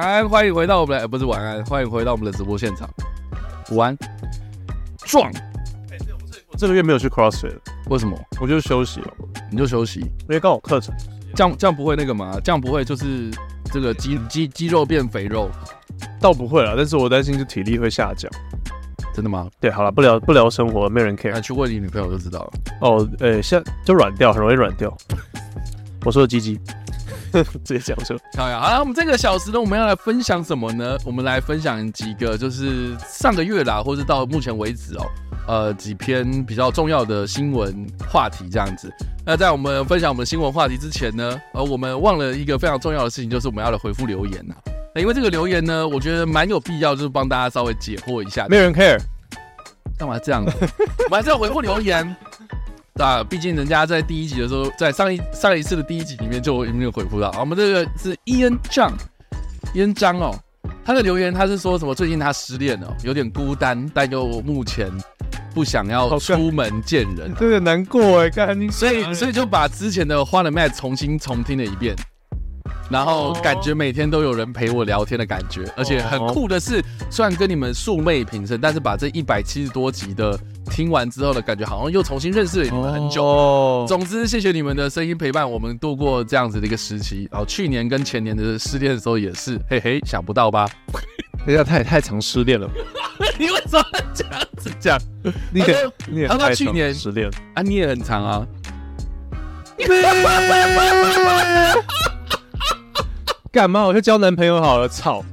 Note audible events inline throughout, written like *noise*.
安，欢迎回到我们的，呃不是晚安，欢迎回到我们的直播现场。午安，壮，我这个月没有去 CrossFit，为什么？我就休息了，你就休息，因为刚好课程。这样这样不会那个嘛？这样不会就是这个肌肌肌肉变肥肉，倒不会啦，但是我担心是体力会下降。真的吗？对，好了，不聊不聊生活了，没人 care 那。去问你女朋友就知道了。哦，呃、现在就软掉，很容易软掉。我说的鸡 *laughs* 鸡，直接讲出来。漂亮。好了，我们这个小时呢，我们要来分享什么呢？我们来分享几个，就是上个月啦，或是到目前为止哦，呃，几篇比较重要的新闻话题这样子。那在我们分享我们的新闻话题之前呢，呃，我们忘了一个非常重要的事情，就是我们要来回复留言啊呐、那因为这个留言呢，我觉得蛮有必要，就是帮大家稍微解惑一下。没有人 care，干嘛这样子？ *laughs* 我们还是要回复留言。 *laughs* 啊，毕竟人家在第一集的时候，在上一上一次的第一集里面就已经有回复到。我们这个是 Ian 张，Ian 张哦，他的留言他是说什么？最近他失恋了，有点孤单，但又目前不想要好看出门见人，真的难过哎，干你。所以所以就把之前的花的麦重新重听了一遍，然后哦感觉每天都有人陪我聊天的感觉，而且很酷的是，虽然跟你们素昧平生，但是把这一百七十多集的听完之后的感觉，好像又重新认识了你们很久。哦总之，谢谢你们的声音陪伴我们度过这样子的一个时期。然后去年跟前年的失恋的时候也是，嘿嘿，想不到吧？等一下，他也太常失恋了吧， *laughs* 你为什么这样子讲你他也说你也他说他太去常年失恋了。啊？你也很长 *laughs* 啊。干嘛？我就交男朋友好了，操！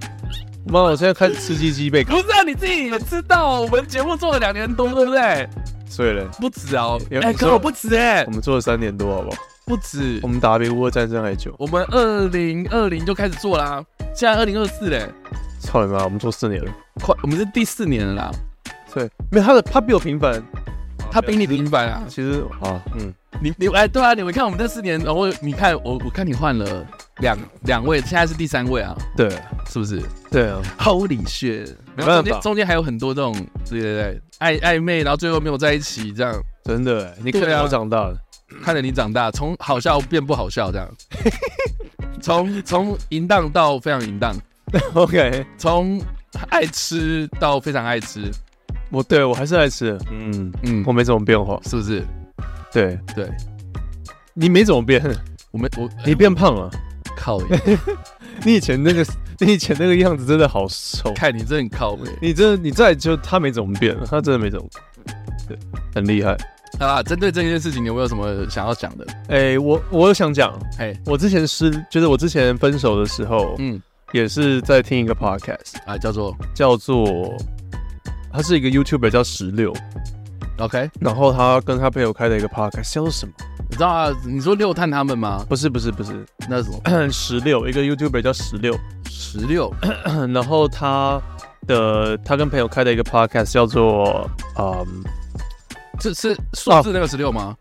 妈，我现在开始吃鸡鸡被搞不是啊，你自己也知道，我们节目做了两年多，对不对？碎了。不止哦，有哎，你可说我不止哎、我们做了三年多，好不好？不止我，们打比乌俄战争还久，我们二零二零就开始做啦，现在二零二四嘞，操你妈！我们做四年了。快，我们是第四年了啦，对，没有他的，他比我频繁，他比你频繁啊，其实啊，嗯，你你哎，对啊，你们看我们这四年，然后你看我我看你换了两两位，现在是第三位啊，对是不是对啊， ？Holy shit！没然后办法中间中间还有很多这种对对对暧暧昧，然后最后没有在一起，这样真的欸，你对啊看到我长大了，看着你长大，从好笑变不好笑，这样， *laughs* 从从淫荡到非常淫荡， OK，从爱吃到非常爱吃，我对我还是爱吃，嗯，嗯，我没怎么变化，是不是？对对，你没怎么变， *laughs* 我们我哎你变胖了，靠北，你以前那个 *laughs* 你以前那个样子真的好瘦， *laughs* 看你真的很靠北。你这你再就他没怎么变，他真的没怎么，对，很厉害。好啦，啊针对这件事情，你有没有什么想要讲的？哎、我我有想讲，嘿，我之前失，就是我之前分手的时候，哎嗯，也是在听一个 podcast，啊，叫做叫做，他是一个 YouTuber 叫石榴， OK，然后他跟他朋友开的一个 podcast 叫做什么？你知道啊？你说六探他们吗？不是不是不是， *clears throat* 那是什么石榴，一个 YouTuber 叫石榴，十六 *clears throat* *clears throat* 然后他的他跟朋友开的一个 podcast 叫做，嗯，这是哦数字那个十六吗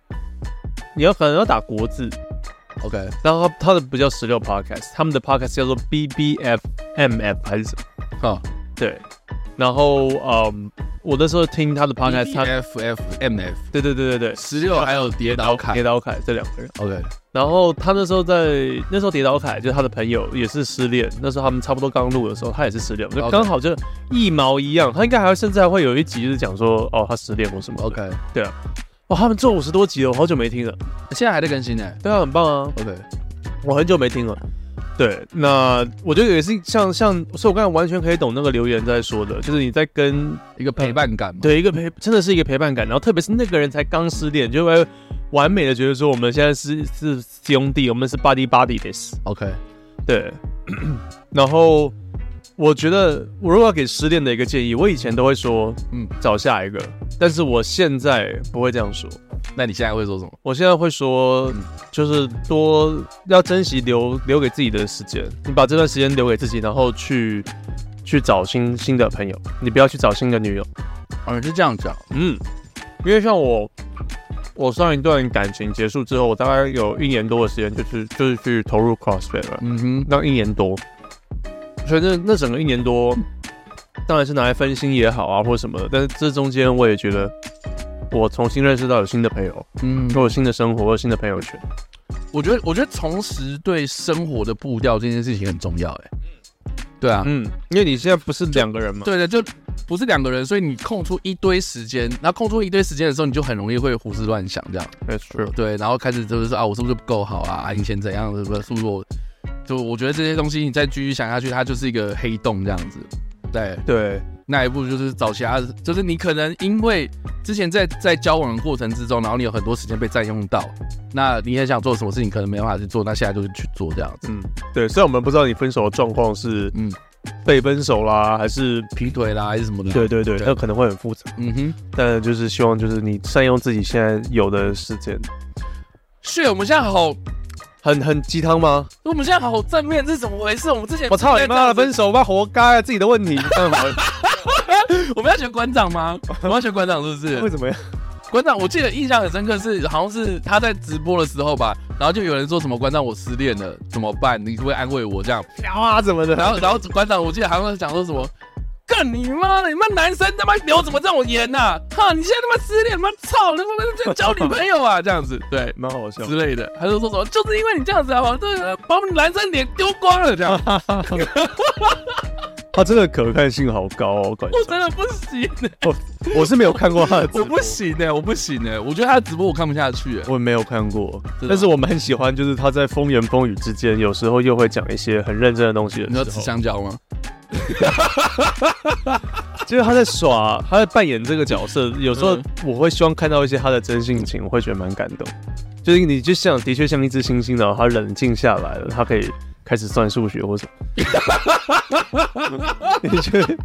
你要可能要打国字， ？OK，然后他的不叫石榴 podcast，他们的 podcast 叫做 BBFMF 还是什么？好对，然后嗯，我那时候听他的 podcast，他，F F M F 对对对对对，十六还有跌倒卡跌倒凯这两个人。 ，OK，然后他那时候在那时候跌倒凯就是他的朋友也是失恋，那时候他们差不多刚录的时候，他也是失恋，就 OK 刚好就一毛一样。他应该还会甚至还会有一集就是讲说哦他失恋或什么的。啊 OK，哇，他们做五十多集了，我好久没听了。现在还在更新呢、对啊，很棒啊， OK，我很久没听了。对，那我觉得也是像像，所以我刚才完全可以懂那个留言在说的，就是你在跟一个陪伴感嘛。对，一个陪真的是一个陪伴感，然后特别是那个人才刚失恋，就会完美的觉得说我们现在是是兄弟，我们是 buddy buddy this。 OK，对， *clears throat* 然后我觉得我如果要给失恋的一个建议，我以前都会说，嗯嗯，找下一个，但是我现在不会这样说，那你现在会说什么？我现在会说嗯，就是多要珍惜留留给自己的时间，你把这段时间留给自己，然后去去找新新的朋友，你不要去找新的女友。哦，你是这样讲，嗯，因为像我，我上一段感情结束之后，我大概有一年多的时间，就是就是去投入 CrossFit 了，嗯哼， *laughs* 那一年多，所以那那整个一年多，当然是拿来分心也好啊，或者什么的，但是这中间我也觉得。我重新认识到有新的朋友，嗯，我有新的生活，我有新的朋友圈。我觉得，我觉得重拾对生活的步调这件事情很重要、欸，哎，对啊，嗯，因为你现在不是两个人嘛，对的，就不是两个人，所以你空出一堆时间，然后空出一堆时间的时候，你就很容易会胡思乱想这样。对，That's true，对，然后开始就是说啊，我是不是不够好啊？啊以前怎样？是不是？是不是我？就我觉得这些东西你再继续想下去，它就是一个黑洞这样子。对，对，那一步就是找其他，就是你可能因为之前在在交往的过程之中，然后你有很多时间被占用到，那你很想做什么事情，可能没办法去做，那现在就是去做这样子。嗯，对。虽然我们不知道你分手的状况是嗯，被分手啦，还是劈腿啦还是什么的。对，对对，对那可能会很复杂，嗯哼。但就是希望就是你善用自己现在有的时间，是我们现在好，很很鸡汤吗？我们现在好正面，这是怎么回事？我们之前我操你 *laughs* 妈的，不是分手吧，活该，啊自己的问 *laughs* 题，干嘛？我们要学馆长吗？我们要学馆长是不是为？什么呀？馆长，我记得印象很深刻是，好像是他在直播的时候吧，然后就有人说什么馆长我失恋了，怎么办？你可不可以安慰我这样？嫖啊怎么的？然后然后馆长，我记得好像是讲说什么。干你妈的！你妈男生他妈留怎么这种言呐、啊？哈！你现在他妈失恋，他妈操！你他妈在交女朋友啊？这样子，对蛮好笑，之类的。他就说什么，就是因为你这样子啊，这个把我们男生脸丢光了这样。 *laughs* 他真的可看性好高哦，感我真的不行、欸我我是没有看过他的直播，我不行哎、我不行哎、我觉得他的直播我看不下去、欸。我没有看过，真的吗但是啊我蛮喜欢，就是他在风言风语之间，有时候又会讲一些很认真的东西的你要吃时候，香蕉吗？就是他在耍，他在扮演这个角色，有时嗯候我会希望看到一些他的真性情，我会觉得蛮感动。就是你就像的确像一只猩猩，然后他冷静下来了，他可以开始算数学或什 *laughs* 么，你就会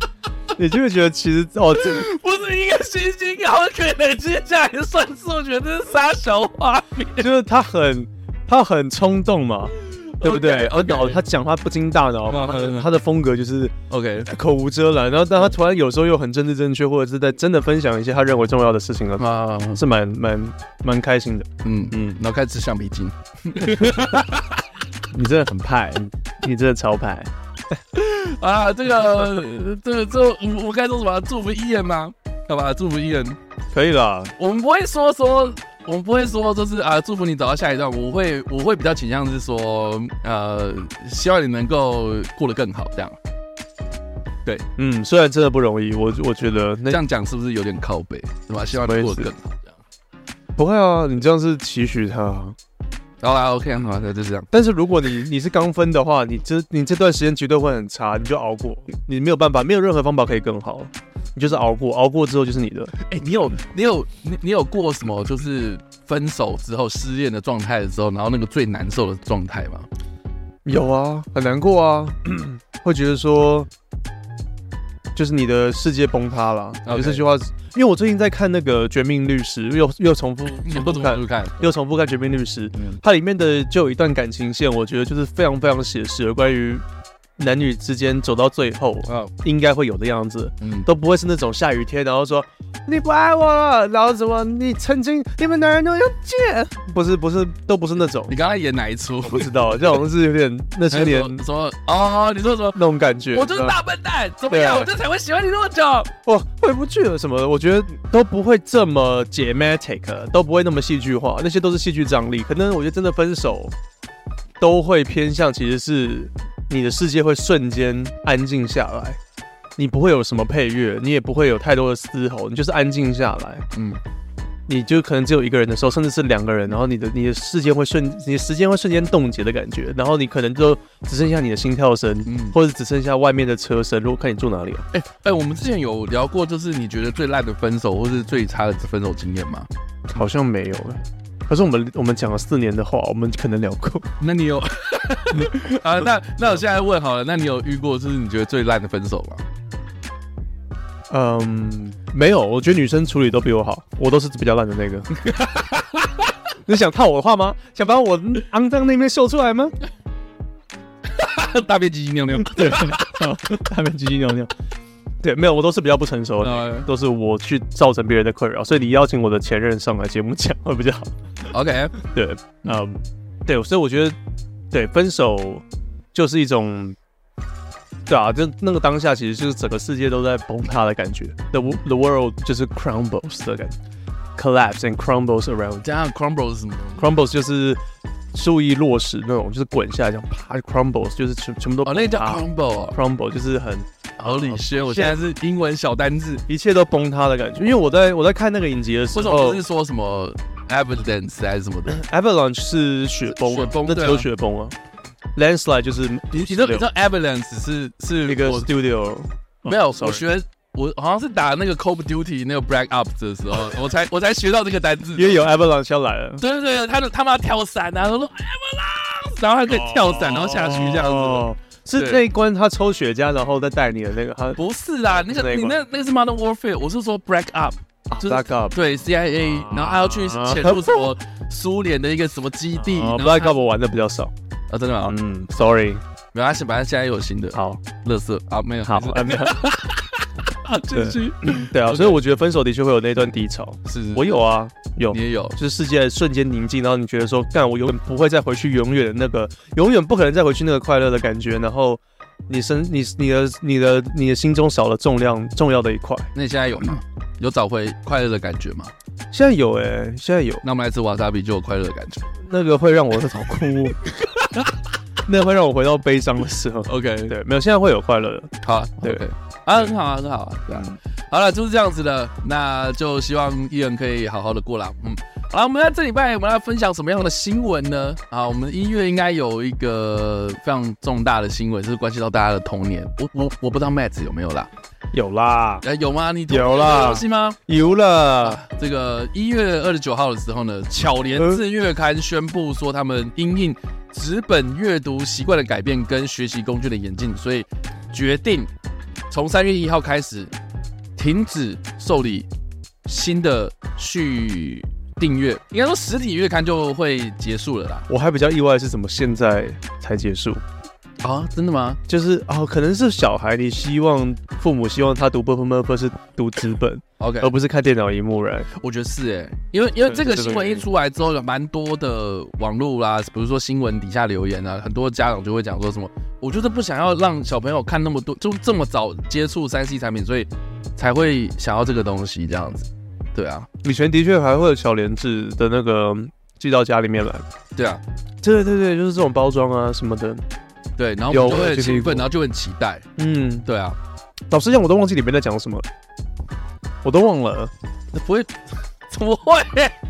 你就会觉得其实哦，这个不是一个星星，然后可能接下来算数学，这是啥小画面？就是他很他很冲动嘛，对不对？ OK，OK 而脑他讲话不经大脑嗯嗯嗯，他的风格就是。 OK，口无遮拦，然后但他突然有时候又很政治正确，或者是在真的分享一些他认为重要的事情了，啊，是蛮蛮蛮开心的。嗯嗯，嗯，然后开始吃橡皮筋。你真的很派，你真的超派。啊，这个 *laughs* 这个这我我该说什么？祝福伊人吗？好吧，祝福伊人。可以啦，我们不会说说，我们不会说就是啊，祝福你找到下一段。我会我会比较倾向是说，呃，希望你能够过得更好，这样嗯，虽然真的不容易，我我觉得那这样讲是不是有点靠背，对吧？希望你过得更好，这样。不会啊，你这样是期许他。啊好啦，OK，好啦，那就这样。但是如果你你是刚分的话，你这你这段时间绝对会很差，你就熬过，你没有办法，没有任何方法可以更好，你就是熬过，熬过之后就是你的。哎、你有你有你你有过什么就是分手之后失恋的状态的时候，然后那个最难受的状态吗？有啊，很难过啊， *clears throat* 会觉得说，就是你的世界崩塌了。 OK 有这句话，因为我最近在看那个《绝命律师》，又又重 *laughs* 复你重不复怎看，么看？又重复看《绝命律师》，嗯它里面的就有一段感情线，我觉得就是非常非常写实，有关于男女之间走到最后啊，应该会有的样子。嗯，都不会是那种下雨天，然后说你不爱我了，然后什么你曾经你们男人都要见，不是不是都不是那种，你刚才演哪一 *laughs* 出？不知道，这种是有点那些 *laughs* 年什么？哦，哎你说什么？那种感觉。我就是嗯大笨蛋，怎么样？对我这才会喜欢你那么久。哇，回哦不去了什么的，我觉得都不会这么 dramatic，都不会那么戏剧化，那些都是戏剧张力。可能我觉得真的分手，都会偏向其实是你的世界会瞬间安静下来，你不会有什么配乐，你也不会有太多的嘶吼，你就是安静下来。嗯，你就可能只有一个人的时候，甚至是两个人，然后你的你的世界会瞬，你的时间会瞬间冻结的感觉，然后你可能就只剩下你的心跳声，嗯或者只剩下外面的车声。如果看你住哪里啊？哎、哎、我们之前有聊过，就是你觉得最烂的分手或是最差的分手经验吗？好像没有了。可是我们我们讲了四年的话，我们可能聊过。那你有 *laughs* 啊？那那我现在问好了，那你有遇过就是你觉得最烂的分手吗？嗯，没有，我觉得女生处理都比我好，我都是比较烂的那 *laughs* 个。你想套我的话吗？想把我肮脏那面秀出来吗？ *laughs* 大便鸡鸡 *laughs* 尿尿。 *laughs* 对，他们唧唧扭扭。对，没有，我都是比较不成熟的，呃都是我去造成别人的困扰，所以你邀请我的前任上来节目讲会比较好。 ，OK，对，嗯，对，所以我觉得，对，分手就是一种，对啊，就那个当下，其实就是整个世界都在崩塌的感觉，the wo- the world 就是 crumbles 的感觉，collapse and crumbles around。加上 crumble 是什么？ crumbles 就是注意落实那种，就是滚下来这样啪 crumbles，就是全全部都哦，那个叫崩塌 combo，哦 crumble，就是很好李轩，我现现在在是英文小单字，一切都崩塌的感觉。因为我在我在看那个影集的时为什么候不是说什么 evidence 还是什么的？ ，avalanche 是雪崩、啊，雪崩那只对啊有雪崩啊。landslide 就是你你知道你知道 evidence 是是那个我 studio 没有，我 sorry 学我好像是打那个 Call of Duty 那个 Black Ops 的时候， *laughs* 我才我才学到这个单字。因为有 avalanche 要来了，对对对，他就他妈跳伞啊，他说 evidence，然后他可以跳伞，然后下去这样子。哦。是对那一关他抽雪茄，然后再带你的那个他不是啦，那是那个一你关那那个是 Modern Warfare，我是说 Black Up，就是 Black Up，对 CIA，啊然后他要去潜入什么苏联的一个什么基地。哦然后他 Black Up 我玩的比较少，啊，真的吗？嗯，sorry，没关系，反正现在有新的 *laughs* 好，乐色啊，没有好没 *laughs* 事，呃没有啊，继续对啊， OK 所以我觉得分手的确会有那段低潮，是是我有啊，有嗯你，也有就是世界瞬间宁静，然后你觉得说，干，我永远不会再回去永远的那个，永远不可能再回去那个快乐的感觉，然后你身你你的你的你的心中少了重量重要的一块，那你现在有吗？有找回快乐的感觉吗？现在有哎、现在有那我们来吃瓦萨比就有快乐的感觉。那个会让我好哭， *laughs* 那会让我回到悲伤的时候。 OK，对，没有，现在会有快乐的。好，对嗯 OK 啊，很好啊，很好啊，对啊。好了，就是这样子的，那就希望艺人可以好好的过啦。嗯，好了，我们在这礼拜我们要分享什么样的新闻呢？啊，我们一月应该有一个非常重大的新闻，就是关系到大家的童年。我我我不知道 Matt 有没有啦？有啦，呃，有吗？你有啦东西吗？有啦，啊，这个一月二十九号的时候呢，巧联嗯自月刊宣布说，他们因应纸本阅读习惯的改变跟学习工具的演进，所以决定从三月一号开始停止受理新的续订阅，应该说实体月刊就会结束了啦。我还比较意外是怎么现在才结束，啊，真的吗？就是哦，可能是小孩，你希望父母希望他读 b u r p l e r 是读纸本， OK，而不是看电脑荧幕人。我觉得是哎、因为因为对这个是这新个闻一原因出来之后，有蛮多的网络啦，比如说新闻底下留言啊，很多家长就会讲说什么，我就是不想要让小朋友看那么多，就这么早接触三 C 产品，所以才会想要这个东西这样子。对啊，以前的确还会有小莲子的那个寄到家里面来，对啊，对对对，就是这种包装啊什么的。对，然后有我们就我会有很经历兴奋，过然后就很期待。嗯，对啊，老实讲，我都忘记里面在讲什么了，我都忘了，不会。怎么会？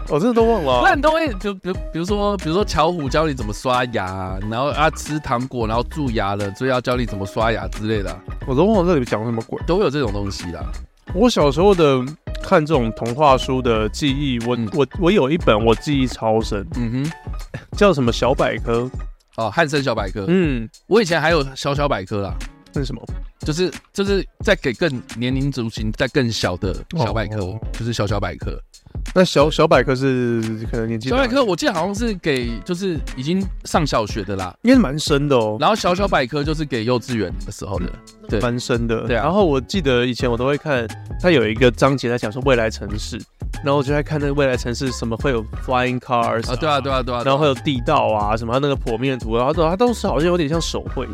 我真的都忘了那啊。你都会就比如比如说，比如说巧虎教你怎么刷牙，然后啊吃糖果，然后蛀牙了，所以要教你怎么刷牙之类的啊，我都忘了这里面讲什么鬼。都会有这种东西啦。我小时候的看这种童话书的记忆，我、嗯我我有一本我记忆超深，嗯哼。叫什么小百科，哦，汉森小百科，嗯，我以前还有小小百科啦，那是什么？就是就是在给更年龄族群在更小的小百科，哦就是小小百科。那小小百科是可能年纪小大百科我记得好像是给就是已经上小学的啦，应该是蛮深的哦，然后小小百科就是给幼稚园的时候的。对蛮深的。对啊然后我记得以前我都会看，它有一个章节在讲说未来城市，然后我就在看那个未来城市什么会有 flying cars 啊，对啊，对啊。啊，对啊，对然啊后会有地道啊，什么它那个剖面图，然后它它都是好像有点像手绘的，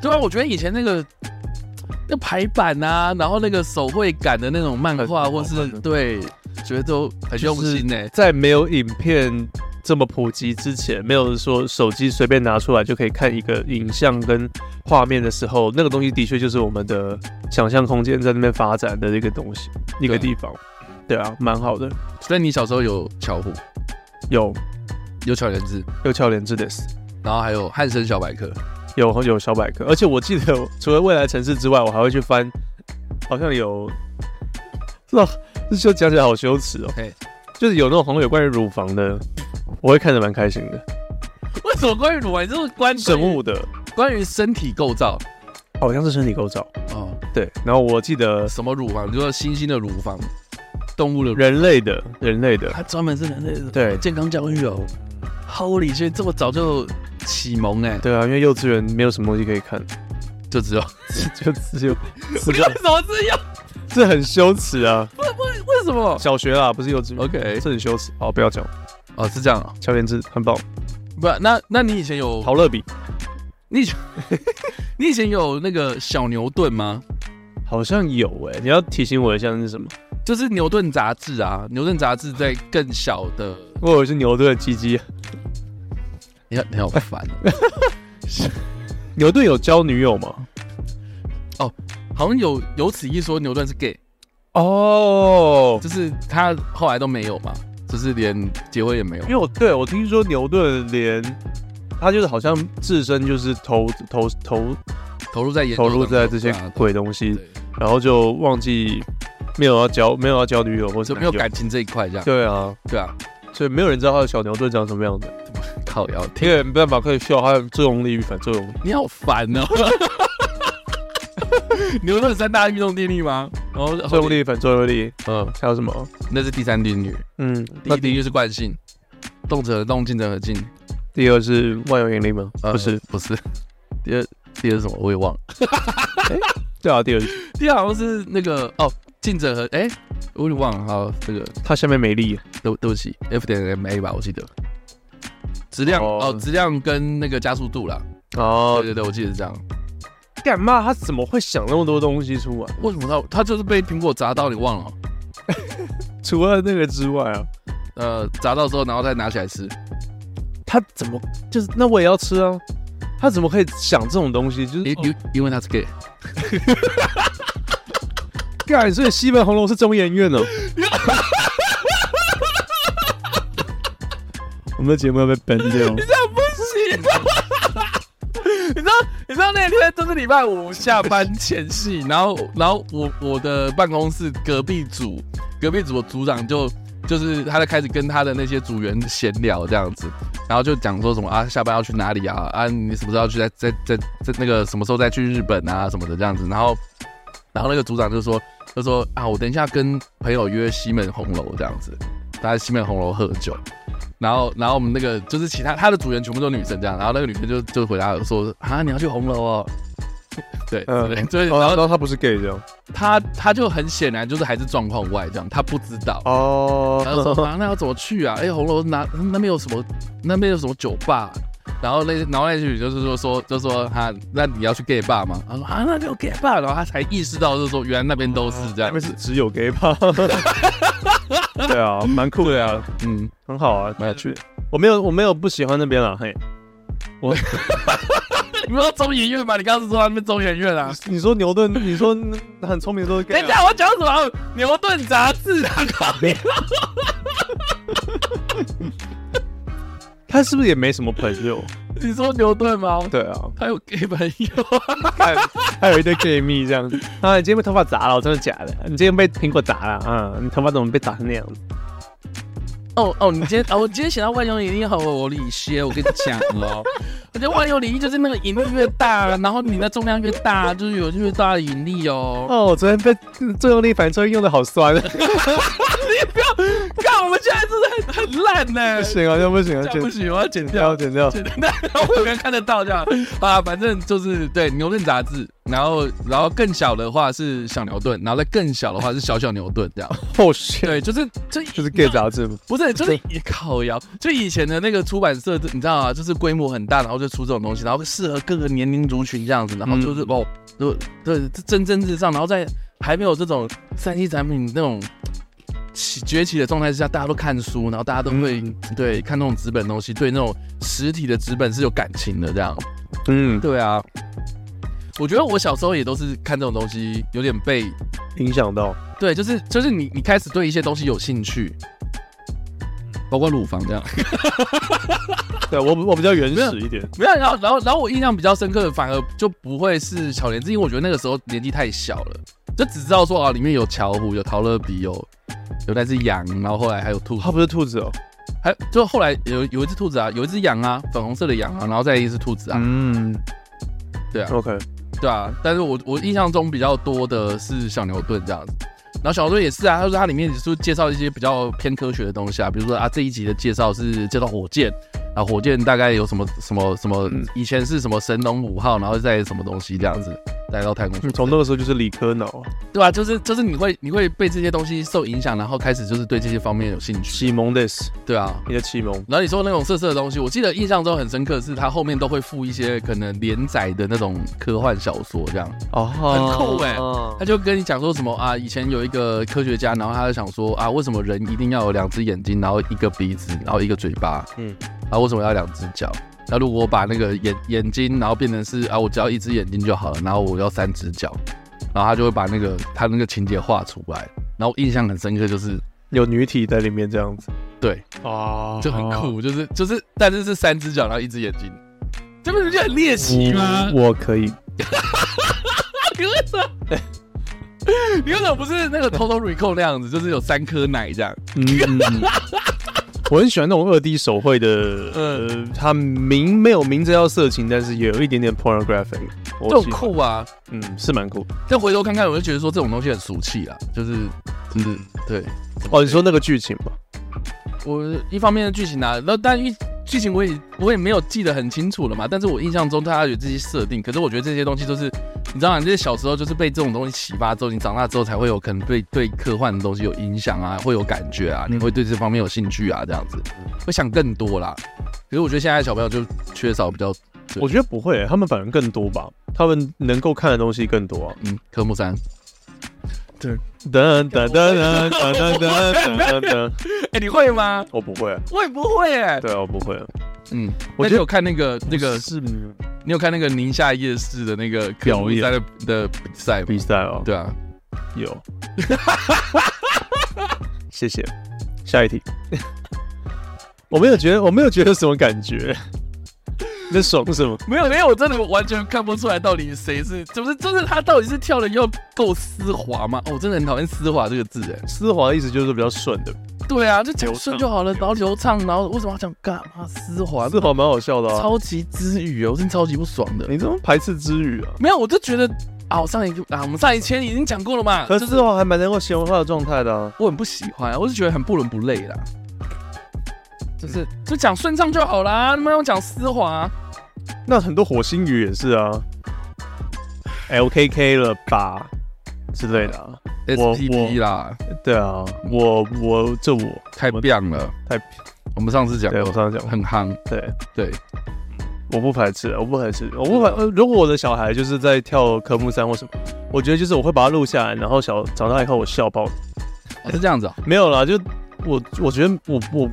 对啊，我觉得以前那个那排版啊，然后那个手绘感的那种漫画，很或是很好看对，觉得都很用心欸呢、在没有影片这么普及之前，没有说手机随便拿出来就可以看一个影像跟画面的时候，那个东西的确就是我们的想象空间在那边发展的一个东西，一个地方。对啊，蛮好的，所以你小时候有巧虎，有有巧人志，有巧莲之 this，然后还有汉森小百科。有有小百科，而且我记得除了未来城市之外，我还会去翻，好像有，是啊，这就讲起来好羞耻哦嘿。就是有那种好像有关于乳房的，我会看得蛮开心的。为什么关于乳癌就是关生物的，关于身体构造好像是身体构造。哦，对，然后我记得什么乳房，就是猩猩的乳房，动物的乳，人类的，人类的，它专门是人类的对健康教育哦。Holy shit，这么早就启蒙哎、对啊，因为幼稚园没有什么东西可以看， *laughs* 就只有就只有为 *laughs* 这什么这样？这很羞耻啊！为什么小学啦，不是幼稚园， ？OK，这很羞耻。好，不要讲，哦是这样啊、乔连志很棒，不，那那你以前有陶乐比你以前你以前有那个小牛顿吗？好像有哎、你要提醒我一下那是什么？就是牛顿杂志啊，牛顿杂志在更小的，我以为是牛顿的鸡鸡，你好你好烦哦、牛顿有交女友吗？好像有有此一说，牛顿是 gay，哦，就是他后来都没有嘛，就是连结婚也没有因。为我对我听说牛顿连他就是好像自身就是投投投投入在研究投入当中在这些对啊鬼东西，对然后就忘记没有要交没有要交女友或者就啊没有感情这一块这样。对啊，对啊，所以没有人知道他的小牛顿长什么样子。靠腰因听为没办法可以秀他的作用力与反作用力。你好烦哦。 *laughs* 牛顿三大运动定律吗？然后作用，力、反作用力，嗯，还有什么？那是第三定律。嗯，第那一第定律是惯性，动者得动，静者得静。第二是万有引力吗？呃不是，不是。第二第二是什么我也忘了。对啊，第二第二好像是那个哦，静者和哎、我有点忘了。好，这个它下面没力，对对不起，F 点 M A 吧，我记得。质量哦哦，质量跟那个加速度啦。哦对，对对，我记得是这样。干嘛？他怎么会想那么多东西出来？为什么他他就是被苹果砸到？你忘了？除了那个之外啊，呃，砸到之后，然后再拿起来吃。他怎么就是那我也要吃啊？他怎么可以想这种东西？就是因因因为他是 gay，干，所以西门红楼是中研院 *laughs* 哦呢。我们的节目要被 ban 掉。这不行。你知道，你知道那天都是礼拜五下班前夕，然后，然后我我的办公室隔壁组，隔壁组的组长就就是他在开始跟他的那些组员闲聊这样子，然后就讲说什么啊，下班要去哪里啊，啊，你什么时候要去再再再再那个什么时候再去日本啊什么的这样子，然后，然后那个组长就说就说啊，我等一下跟朋友约西门红楼这样子，大家西门红楼喝酒，然后，然后我们那个就是其他他的组员全部都是女生这样，然后那个女生就就回答说啊，你要去红楼哦，对，嗯对，所以哦，然然后后他不是 gay 这样他他就很显然就是还是状况外这样，他不知道，然后说哦，啊，那要怎么去啊？哎，红楼哪那边有什么那边有什么酒吧？然后那然后那句就是说说就说哈、那你要去 gay bar 吗？他说啊，那就 gay bar，然后他才意识到就是说原来那边都是这啊那样边，是只有 gay *laughs* 吧？对啊，蛮酷的呀，嗯，很好啊，蛮有趣的。我没有，我没有不喜欢那边了，嘿。 *laughs* 你们说中研院吗？你刚刚是说他们中研院啊？你说牛顿，你说很聪明都是 gay 等一啊。下，我讲什么？牛顿杂志啊！靠 *laughs* 你他是不是也没什么朋友？你说牛顿吗？ *laughs* 对啊，他有 gay 朋友啊？还有 *laughs* 还有一堆 gay 蜜这样子。啊，你今天被头发砸了，真的假的？你今天被苹果砸了啊？你头发怎么被砸成那样子？ *laughs* 哦哦，你今天哦，我今天写到万有引力和我李歇，我跟你讲 *laughs* 哦，我觉得万有引力就是那个引力越大，然后你的重量越大，就是有越大的引力 *laughs* 哦。哦，我昨天被作用力反作用用的好酸， *laughs* 看我们现在真的很很烂呢、不行啊，这样不行啊，这样不剪行，我要剪掉。掉剪掉。 *laughs* 那我有人看得到这样啊，反正就是对牛顿杂志，然后然后更小的话是小牛顿，然后再更小的话是小小牛顿这样。哦，shit，对，就是就就是 gay 杂志嘛。不是，就是也靠腰，就以前的那个出版社，你知道啊，就是规模很大，然后就出这种东西，然后适合各个年龄族群这样子，然后就是、哦，就对，这蒸蒸日上，然后在还没有这种三 C 产品那种起崛起的状态之下，大家都看书，然后大家都会、嗯对看那种纸本的东西，对那种实体的纸本是有感情的这样。嗯，对啊，我觉得我小时候也都是看这种东西，有点被影响到。对，就是就是你你开始对一些东西有兴趣，包括乳房这样。对我我比较原始一点。没有，然后然后然后我印象比较深刻的反而就不会是小莲子，因为我觉得那个时候年纪太小了，就只知道说啊里面有巧虎、有陶乐比、有有那只羊，然后后来还有兔， *laughs* 他不是兔子哦。还就后来有有一只兔子啊，有一只羊啊，粉红色的羊啊，然后再一只兔子啊，嗯，对啊 OK，对啊，但是我我印象中比较多的是小牛顿这样子。然后小牛顿也是啊，他说它里面也是介绍一些比较偏科学的东西啊，比如说啊这一集的介绍是介绍火箭啊，火箭大概有什么什么什么嗯，以前是什么神龙五号，然后再什么东西这样子带到太空去你，嗯从那个时候就是理科脑，啊对吧、就是就是你会你会被这些东西受影响，然后开始就是对这些方面有兴趣，启蒙 this，对啊。你的启蒙。然后你说那种色色的东西，我记得印象中很深刻，是它后面都会附一些可能连载的那种科幻小说这样。哦，很酷欸欸他就跟你讲说什么啊，以前有一个科学家，然后他就想说啊，为什么人一定要有两只眼睛，然后一个鼻子，然后一个嘴巴，嗯嗯，啊，为什么要两只脚？那如果我把那个眼眼睛，然后变成是啊，我只要一只眼睛就好了，然后我要三只脚，然后他就会把那个他那个情节画出来。然后我印象很深刻，就是有女体在里面这样子对，哦，就很酷，就是就是，但是是三只脚，然后一只眼睛， *laughs* 这不是就很猎奇吗？ *laughs* 我可以，你为什么？ *laughs* 你为什么不是那个 Total Recall 那样子，就是有三颗奶这样？嗯，嗯我很喜欢那种二 D 手绘的，呃，它明没有明着要色情，但是也有一点点 pornographic，我这喜很欢，酷啊！嗯，是蛮酷的。再回头看看，我就觉得说这种东西很俗气啊，就是就是对哦，你说那个剧情吧，我一方面的剧情啊，那但一剧情我也我也没有记得很清楚了嘛，但是我印象中它有这些设定，可是我觉得这些东西都是你知道吗？这些小时候就是被这种东西启发之后，你长大之后才会有可能对对科幻的东西有影响啊，会有感觉啊，你会对这方面有兴趣啊，这样子会想更多啦。可是我觉得现在小朋友就缺少比较对我觉得不会、他们反而更多吧，他们能够看的东西更多啊。嗯科目 *laughs* 三，噔噔噔噔噔噔噔噔，哎、你会吗？我哦不会，啊我也不会哎、对啊，我不会。嗯，我我觉就得有看那个那个是嗯你有看那个宁夏夜市的那个科目三的的比赛吗？比赛哦，对啊，有。 *laughs* 谢谢，下一题。 *laughs* 我没有觉得，我没有觉得什么感觉。 *laughs* 你在爽什么？没有没有，我真的完全看不出来到底谁是，就是就是他到底是跳的要够丝滑吗？哦，我真的很讨厌丝滑这个字哎。丝滑的意思就是比较顺的，对啊，就讲流畅顺就好了，然后流畅，然后为什么要讲干嘛丝滑？丝滑蛮好笑的啊。超级之语哦，我真的超级不爽的。你这么排斥之语啊？没有，我就觉得啊，我上一个啊，我们上一期已经讲过了嘛，可就是是丝滑还蛮能够形容他的状态的啊。我很不喜欢啊，我是觉得很不伦不类啦。就是就讲顺畅就好啦，没有讲丝滑啊、那很多火星语也是啊，LKK 了吧之类的、啊。我 STP 啦，对啊，我我这我太棒了，太我们上次讲对我过，上次讲过，很夯，对，对，我不排斥，我不排斥，我不排。呃如果我的小孩就是在跳科目三或什么，我觉得就是我会把它录下来，然后小长大以后我笑爆。哦是这样子啊。没有啦，就我我觉得我我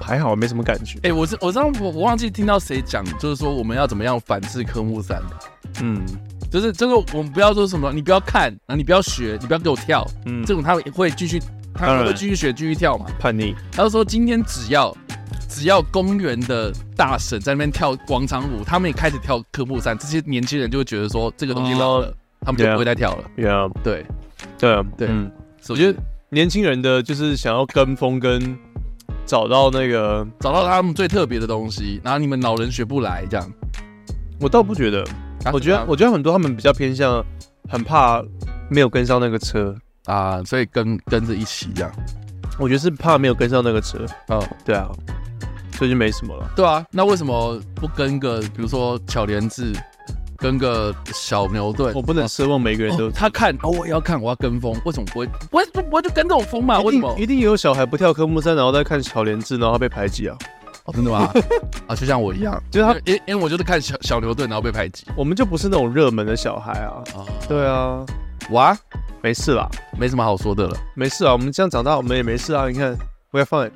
还好，没什么感觉。哎，我是我上我我忘记听到谁讲，就是说我们要怎么样反制科目三，嗯就是就是我们不要说什么，你不要看，然后你不要学，你不要给我跳，嗯，这种他会继续，当他然会继续学，继续跳嘛。叛逆他就说今天只要只要公园的大婶在那边跳广场舞，他们也开始跳科目三，这些年轻人就会觉得说这个东西老了，他们就不会再跳了。哦，Yeah，对，对啊对嗯所以我觉得年轻人的就是想要跟风跟找到那个，找到他们最特别的东西，然后你们老人学不来这样。我倒不觉得，我觉得我觉得很多他们比较偏向很怕没有跟上那个车，啊、所以跟跟着一起这样。我觉得是怕没有跟上那个车，哦，对啊，所以就没什么了。对啊，那为什么不跟个比如说巧莲智，跟个小牛顿？我不能奢望每个人都哦，他看哦，我也要看，我要跟风。为什么不会？我不我就跟这种风 *laughs* 嘛？一为什么定？一定有小孩不跳科目三，然后再看小莲智，然后他被排挤啊。哦，真的 *laughs* 吗？啊，就像我一样，就是他，因因为我就是看小小牛顿，然后被排挤。我们就不是那种热门的小孩啊。哦，对啊，哇，没事啦，没什么好说的了。没事啊，我们这样长大，我们也没事啊。你看，We're fine。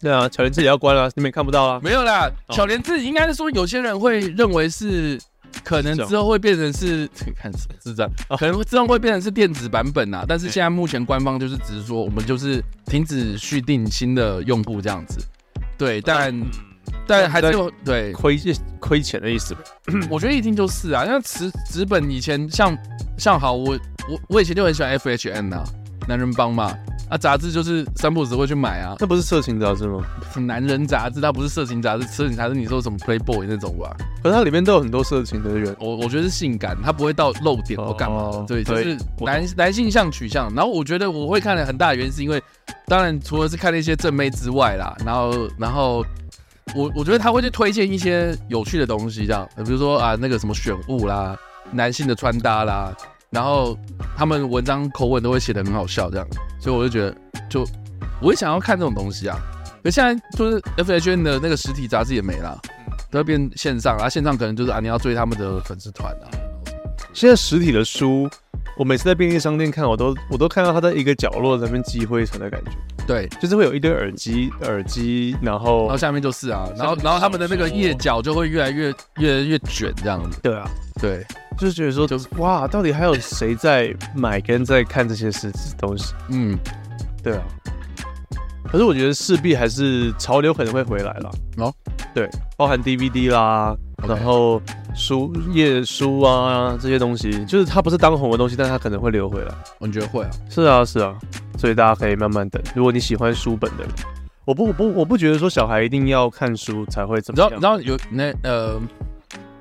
对啊，小莲智也要关了，你们也看不到啊。没有啦，哦小莲智应该是说有些人会认为是。可能是哦之后会变成是， *laughs* 看什么智障，可能之后会变成是电子版本啊。但是现在目前官方就是只是说，我们就是停止续订新的用户这样子。对，但哦嗯但嗯还是有对，亏亏钱的意思。我觉得一定就是啊，像纸纸本以前像像好，我我我以前就很喜欢 FHN 啊，男人帮嘛，啊杂志就是三不五时会去买啊，那不是色情杂志吗？男人杂志它不是色情杂志，色情杂志你说什么 Playboy 那种吧，可是它里面都有很多色情的元我我觉得是性感，它不会到露点或干嘛的哦对，就对是我男男性向取向。然后我觉得我会看的很大的原因是因为，当然除了是看那些正妹之外啦，然后然后我我觉得他会去推荐一些有趣的东西，这样，比如说啊那个什么选物啦，男性的穿搭啦，然后他们文章口吻都会写的很好笑，这样，所以我就觉得就我也想要看这种东西啊。可现在就是 F H N 的那个实体杂志也没了，都要变线上啊，线上可能就是啊你要追他们的粉丝团啊，现在实体的书我每次在便利商店看，我都我都看到他在一个角落在那边积灰尘的感觉，对，就是会有一堆耳机耳机，然然后后下面就是啊，然后下面就是然后他们的那个腋角就会越来越越越卷这样子，对啊，对，就是觉得说就是哇，到底还有谁在买跟在看这些实质东西？嗯，对啊。可是我觉得势必还是潮流可能会回来了。哦，对，包含 DVD 啦 OK 然后书页书啊这些东西，就是它不是当红的东西，但它可能会流回来。我觉得会啊，是啊，是啊，所以大家可以慢慢等。如果你喜欢书本的人，我不我不我不觉得说小孩一定要看书才会怎你么知道样，你知道有那呃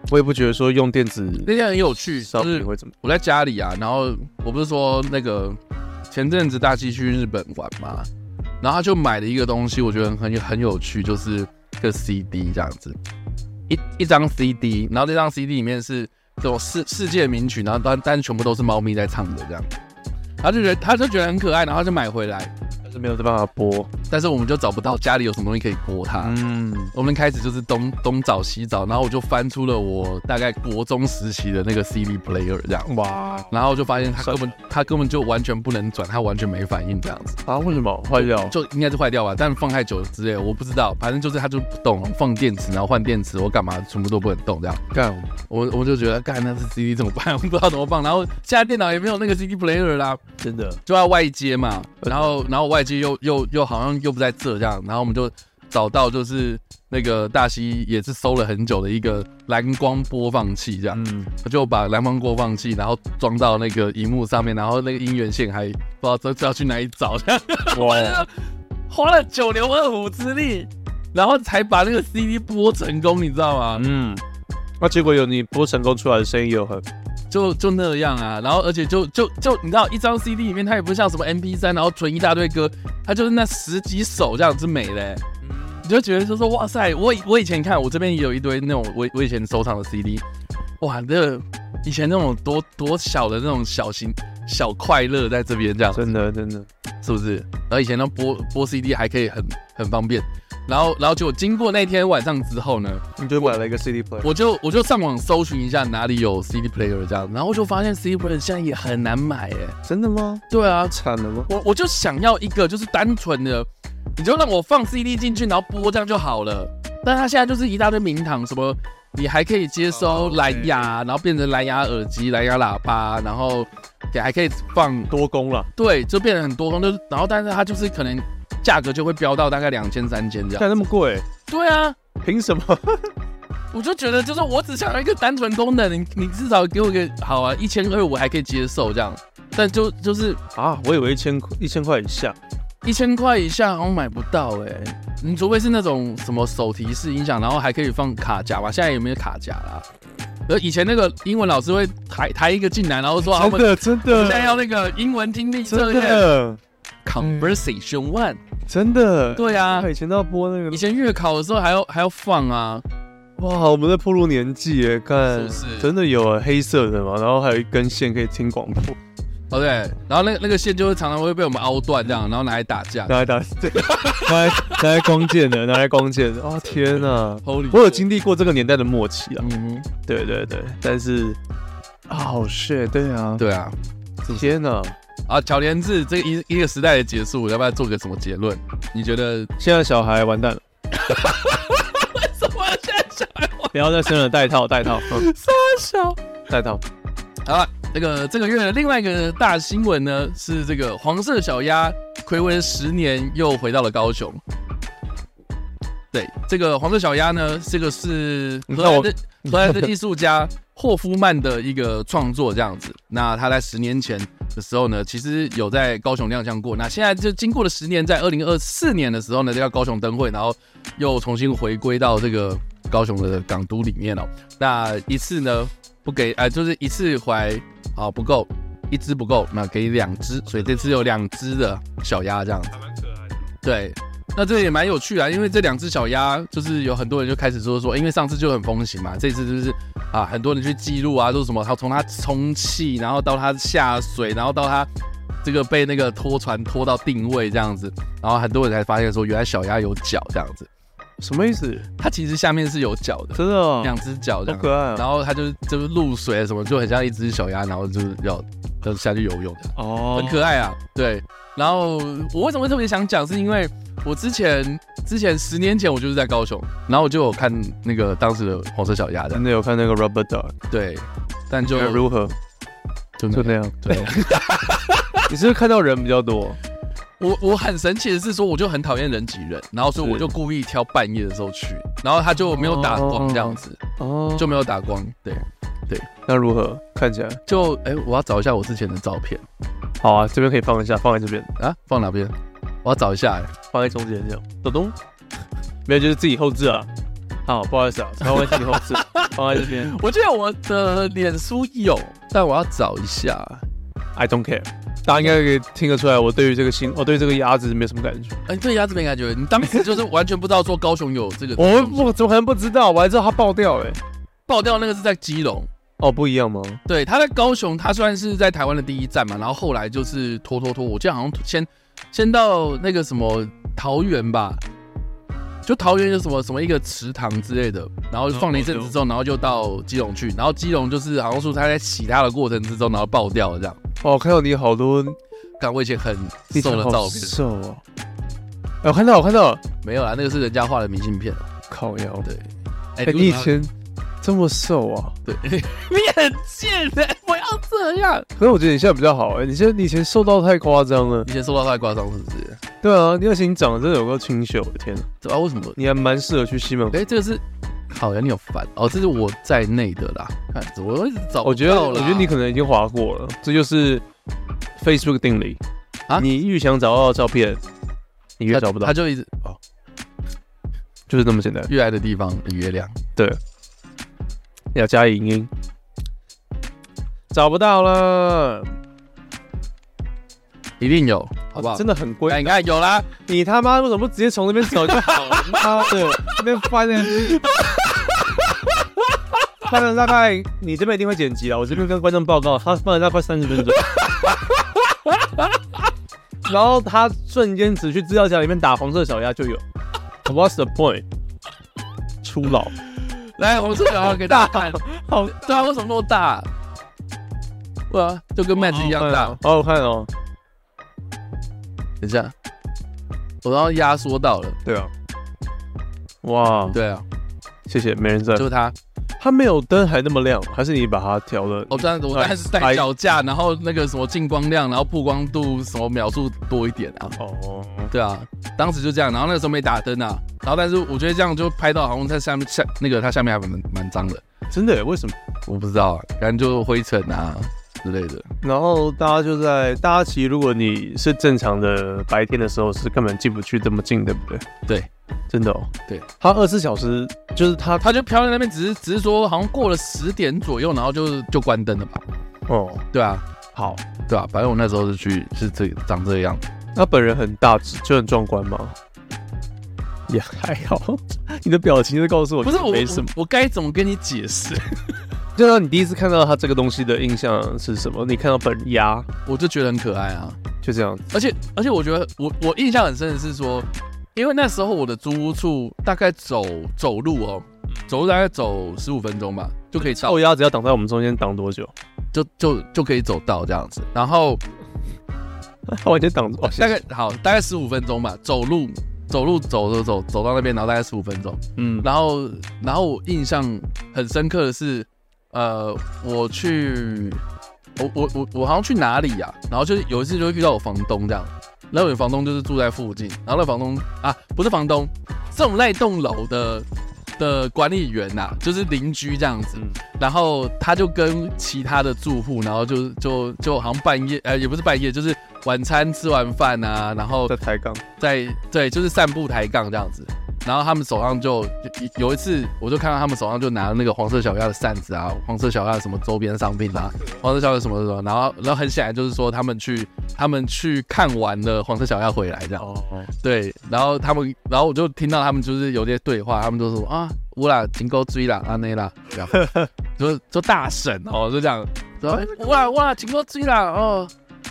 我也不觉得说用电子那天很有趣，商就是品会怎么我在家里啊，然后我不是说那个前阵子大西去日本玩嘛，然后他就买了一个东西，我觉得很很有趣，就是个 CD 这样子，一一张 CD，然后这张 CD 里面是这种世世界名曲，然后但但全部都是猫咪在唱的这样，他就觉得他就觉得很可爱，然后就买回来，但是没有办法播。但是我们就找不到家里有什么东西可以播它。嗯，我们开始就是东东找西找，然后我就翻出了我大概国中时期的那个 CD player 这样，哇然后就发现它根本它根本就完全不能转，它完全没反应这样子，啊，为什么坏掉？就应该是坏掉吧，但放太久之类的，我不知道，反正就是它就不动，放电池然后换电池，我干嘛全部都不能动这样，干我我就觉得干那是 CD 怎么办，我不知道怎么放，然后现在电脑也没有那个 CD player 啦，真的就在外接嘛，然后然后外接又又又好像又不在这这样，然后我们就找到就是那个大西也是搜了很久的一个蓝光播放器这样，嗯，就把蓝光播放器然后装到那个荧幕上面，然后那个音源线还不知道这这要去哪里找， *laughs* 这样 *laughs* 哇，花了九牛二虎之力，然后才把那个 CD 播成功，你知道吗？嗯，那结果有你播成功出来的声音有很就就那样啊，然后而且就就就你知道，一张 CD 里面它也不像什么 MP 3然后存一大堆歌，它就是那十几首这样子美嘞、嗯你就觉得就说哇塞，我以我以前看我这边也有一堆那种我我以前收藏的 CD，哇，这以前那种多多小的那种小型小快乐在这边这样，真的真的，是不是？然后以前那播播 CD 还可以很很方便，然后然后结果经过那天晚上之后呢，你就买了一个 CD player，我就我就上网搜寻一下哪里有 CD player 这样，然后就发现 CD player 现在也很难买哎。真的吗？对啊，惨了吗？我我就想要一个就是单纯的，你就让我放 CD 进去，然后播这样就好了。但它现在就是一大堆名堂，什么你还可以接收哦，OK 蓝牙，然后变成蓝牙耳机、蓝牙喇叭，然后也还可以放，多功了，对，就变得很多功，就是然后但是它就是可能价格就会飙到大概两千、三千这样。干那么贵，对啊，凭什么？我就觉得，就是我只想要一个单纯功能，你你至少给我一个好啊，一千二我还可以接受这样，但就就是 *laughs* 啊，我以为一千一千块以下，一千块以下好像买不到哎、你除非是那种什么手提式音响，然后还可以放卡夹吧，现在也没有卡夹啦。而以前那个英文老师会抬抬一个进来，然后说好，我们的真现在的要那个英文听力测真验的嗯 conversation one，真的，对啊，以前都要播那以个，前月考的时候还要还要放啊，哇，我们在步入年纪耶，干是不是真的有啊黑色的嘛，然后还有一根线可以听广播，哦对，然后那个那个线就会常常会被我们凹断这样，然后拿来打架。拿来打，对 *laughs* 拿来拿来光剑的，拿来光剑的，哦天哪！ Holy 我有 shit 经历过这个年代的末期啊，嗯，对对对，但是啊，好 shit，对啊，对啊，天哪！啊，巧莲智这一一个时代的结束，要不要做个什么结论？你觉得？现在小孩完蛋了，什么现在小孩不要再生了，带套带套，嗯小？带套，好了，那个这个月的另外一个大新闻呢，是这个黄色小鸭暌违十年又回到了高雄。对，这个黄色小鸭呢，这个是你荷看我兰的荷兰的艺术家霍夫曼的一个创作，这样子。那他在十年前的时候呢，其实有在高雄亮相过。那现在就经过了十年，在二零二四年的时候呢，叫高雄灯会，然后又重新回归到这个高雄的港都里面哦。那一次呢，不给啊、呃就是一次怀啊不够，一只不够，那给两只，所以这次有两只的小鸭这样子。对，那这也蛮有趣啊，因为这两只小鸭就是有很多人就开始说说，因为上次就很风行嘛，这次就是啊，很多人去记录啊，说什么它从它充气，然后到它下水，然后到它这个被那个拖船拖到定位这样子，然后很多人才发现说，原来小鸭有脚这样子，什么意思？它其实下面是有脚的，真的哦，两只脚这好样。可爱啊！然后它就是就是入水什么，就很像一只小鸭，然后就是要然后下去游泳，哦很可爱啊。对，然后我为什么会特别想讲，是因为我之前之前十年前我就是在高雄，然后我就有看那个当时的黄色小鸭的真，的有看那个 Rubber Duck，对，但就那如何？就就那那样。样。对，你是不是看到人比较多？我我很神奇的是说，我就很讨厌人挤人，然后所以我是就故意挑半夜的时候去，然后他就没有打光这样子，哦，就没有打光。对，那如何？看起来就哎、我要找一下我之前的照片好啊，这边可以放一下，放在这边，啊，放哪边？我要找一下、哎放在中间这样。抖咚，没有，就是自己后置啊。好，不好意思啊，台湾自己后 *laughs* 置，放在这边。我记得我的脸书有，但我要找一下。 I don't care，大家应该可以听得出来，我对于这个新，我对这个鸭子是没什么感觉。。哎、对鸭子没感觉，你当时就是完全不知道说高雄有这 *laughs* 个我我怎么可能不知道？我还知道它爆掉哎、爆掉那个是在基隆，哦，不一样吗？对，他在高雄，他算是在台湾的第一站嘛，然后后来就是拖拖拖，我记得好像先先到那个什么桃园吧，就桃园有什么什么一个池塘之类的，然后放了一阵子之后，然后就到基隆去，然后基隆就是好像说他在洗它的过程之中，然后爆掉了这样。哦，我看到你好多看我以前很你瘦的好照片，瘦哦。哎、我看到，我看到，没有啦，那个是人家画的明信片。靠腰。对，哎哎、你以前这么瘦啊？ *laughs* 对，你很贱的、不要这样。可是我觉得你现在比较好哎、你现在你以前瘦到太夸张了。以前受到太刮伤是不是？对啊，你而且你长得真的有够清秀，天哪，对啊，为什么？你还蛮适合去西门。哎、这个是好呀，你有烦哦，这是我在内的啦。看，我一直找我不觉得，到啦我觉得你可能已经划过了，这就是 Facebook 定理啊你越想找到的照片，你越他找不到，他就一直哦，就是这么简单。越来的地方的月亮。要加影音，找不到了，一定有，好不好？哦真的很哎，贵。你看有啦，你他妈为什么不直接从那边走就好了？妈的，那边翻呢？翻了大概，你这边一定会剪辑了。我这边跟观众报告，他翻了大概三十分钟， *laughs* 然后他瞬间只去资料夹里面打黄色小鸭就有。What's the point？初老，来，我们这个要给大家看。好 *laughs* 对啊，为什么那么大？对啊，就哦跟麦子一样大。好好看哦。等一下，我刚刚压缩到了。对啊，哇，对啊，谢谢，没人在。就是它。它没有灯还那么亮，还是你把它调了？哦我当然，我当然是带脚架，然后那个什么进光量，然后曝光度什么秒数多一点啊。哦，对啊，当时就这样，然后那个时候没打灯啊，然后但是我觉得这样就拍到好像在下面下那个它下面还蛮蛮脏的，真的耶？为什么？我不知道，啊，感觉就灰尘啊之类的。然后大家就在大家其实，如果你是正常的白天的时候，是根本进不去这么近，对不对？对，真的哦。对，它二十四小时就是它它就飘在那边，只是只是说好像过了十点左右，然后就就关灯了吧？哦，对啊，好。对啊，反正我那时候是去是这个长这个样子，那本人很大只，就很壮观吗？也还好， *laughs* 你的表情就告诉我，不是我没什么。我我该怎么跟你解释？ *laughs* 就让你第一次看到它这个东西的印象是什么？你看到本鸭我就觉得很可爱啊，就这样子，而且而且我觉得我我印象很深的是说，因为那时候我的租屋处大概走走路哦，嗯走路大概走十五分钟吧就可以到臭鸭只要挡在我们中间挡多久？ *laughs* 就就就可以走到这样子，然后它完全挡住。哦，谢谢大概好大概十五分钟吧，走路走路走走走走到那边，然后大概十五分钟，嗯，然后然后我印象很深刻的是，呃，我去我我我我好像去哪里呀、啊然后就是有一次就会遇到我房东这样，然后有房东就是住在附近，然后那房东啊不是房东，是我们那一栋楼的的管理员呐、就是邻居这样子，嗯然后他就跟其他的住户，然后就就就好像半夜，呃，也不是半夜，就是晚餐吃完饭啊，然后在抬杠，在对，就是散步抬杠这样子。然后他们手上就有有一次，我就看到他们手上就拿了那个黄色小鸭的扇子啊，黄色小鸭什么周边商品啊，黄色小鸭什么什么，然后然后很显然就是说他们去他们去看完了黄色小鸭回来这样，哦，对，然后他们然后我就听到他们就是有些对话，他们就说啊，我啦，金钩追啦，阿内啦，这样，就就大婶哦，就这样，然后我啦我啦，金钩追啦，哦，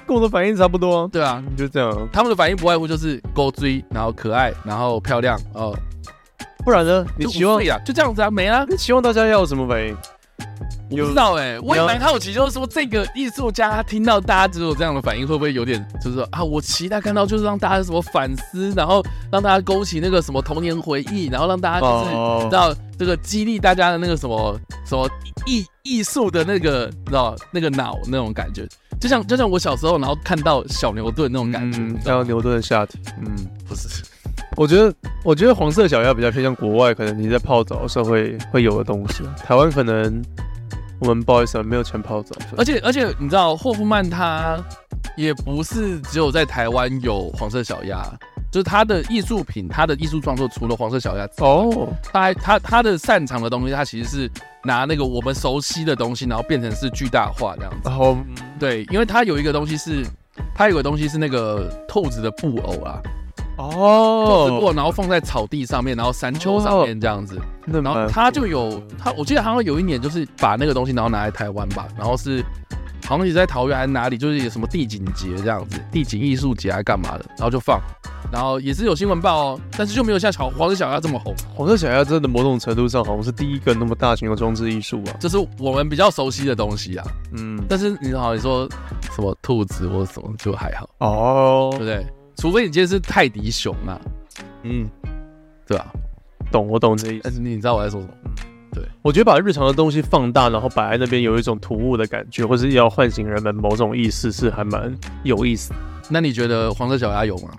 跟我的反应差不多、啊，对啊，就这样啊，他们的反应不外乎就是勾追，然后可爱，然后漂亮，哦，不然呢？你就希无望所谓啊，就这样子啊，没啊，你希望大家要有什么反应？我不知道哎、我也蛮好奇，就是说这个艺术家他听到大家只有这样的反应，会不会有点就是说啊，我期待看到就是让大家什么反思，然后让大家勾起那个什么童年回忆，然后让大家就是哦你知道这个激励大家的那个什么什么艺艺术的那个你知道那个脑那种感觉，就像就像我小时候然后看到小牛顿那种感觉，嗯你，知还道有吗牛顿的下体，嗯，不是我觉得，我觉得黄色小鸭比较偏向国外，可能你在泡澡的时候会会有的东西。台湾可能我们不好意思，没有钱泡澡。而且而且你知道霍夫曼他也不是只有在台湾有黄色小鸭，就是他的艺术品，他的艺术创作除了黄色小鸭之外，哦，他还他他的擅长的东西，他其实是拿那个我们熟悉的东西，然后变成是巨大化这样子。然后对，因为他有一个东西是。他有个东西是那个兔子的布偶啊，兔子布哦，偶，然后放在草地上面，然后山丘上面这样子。那然后蛮他就有他，我记得好像有一年就是把那个东西然后拿来台湾吧，然后是好像也在桃园还是哪里，就是有什么地景节这样子，地景艺术节还干嘛的，然后就放，然后也是有新闻报哦，但是就没有像小黄色小鸭这么红，黄色小鸭真的某种程度上好像是第一个那么大型的装置艺术吧。这是我们比较熟悉的东西啊。嗯，但是你好，你说什么兔子或什么就还好，哦对不，对？除非你今天是泰迪熊啊，嗯，对吧、啊？懂，我懂这意思。但是你知道我在说什么？我觉得把日常的东西放大，然后摆在那边有一种突兀的感觉，或是要唤醒人们某种意识，是还蛮有意思的那你觉得黄色小鸭有吗？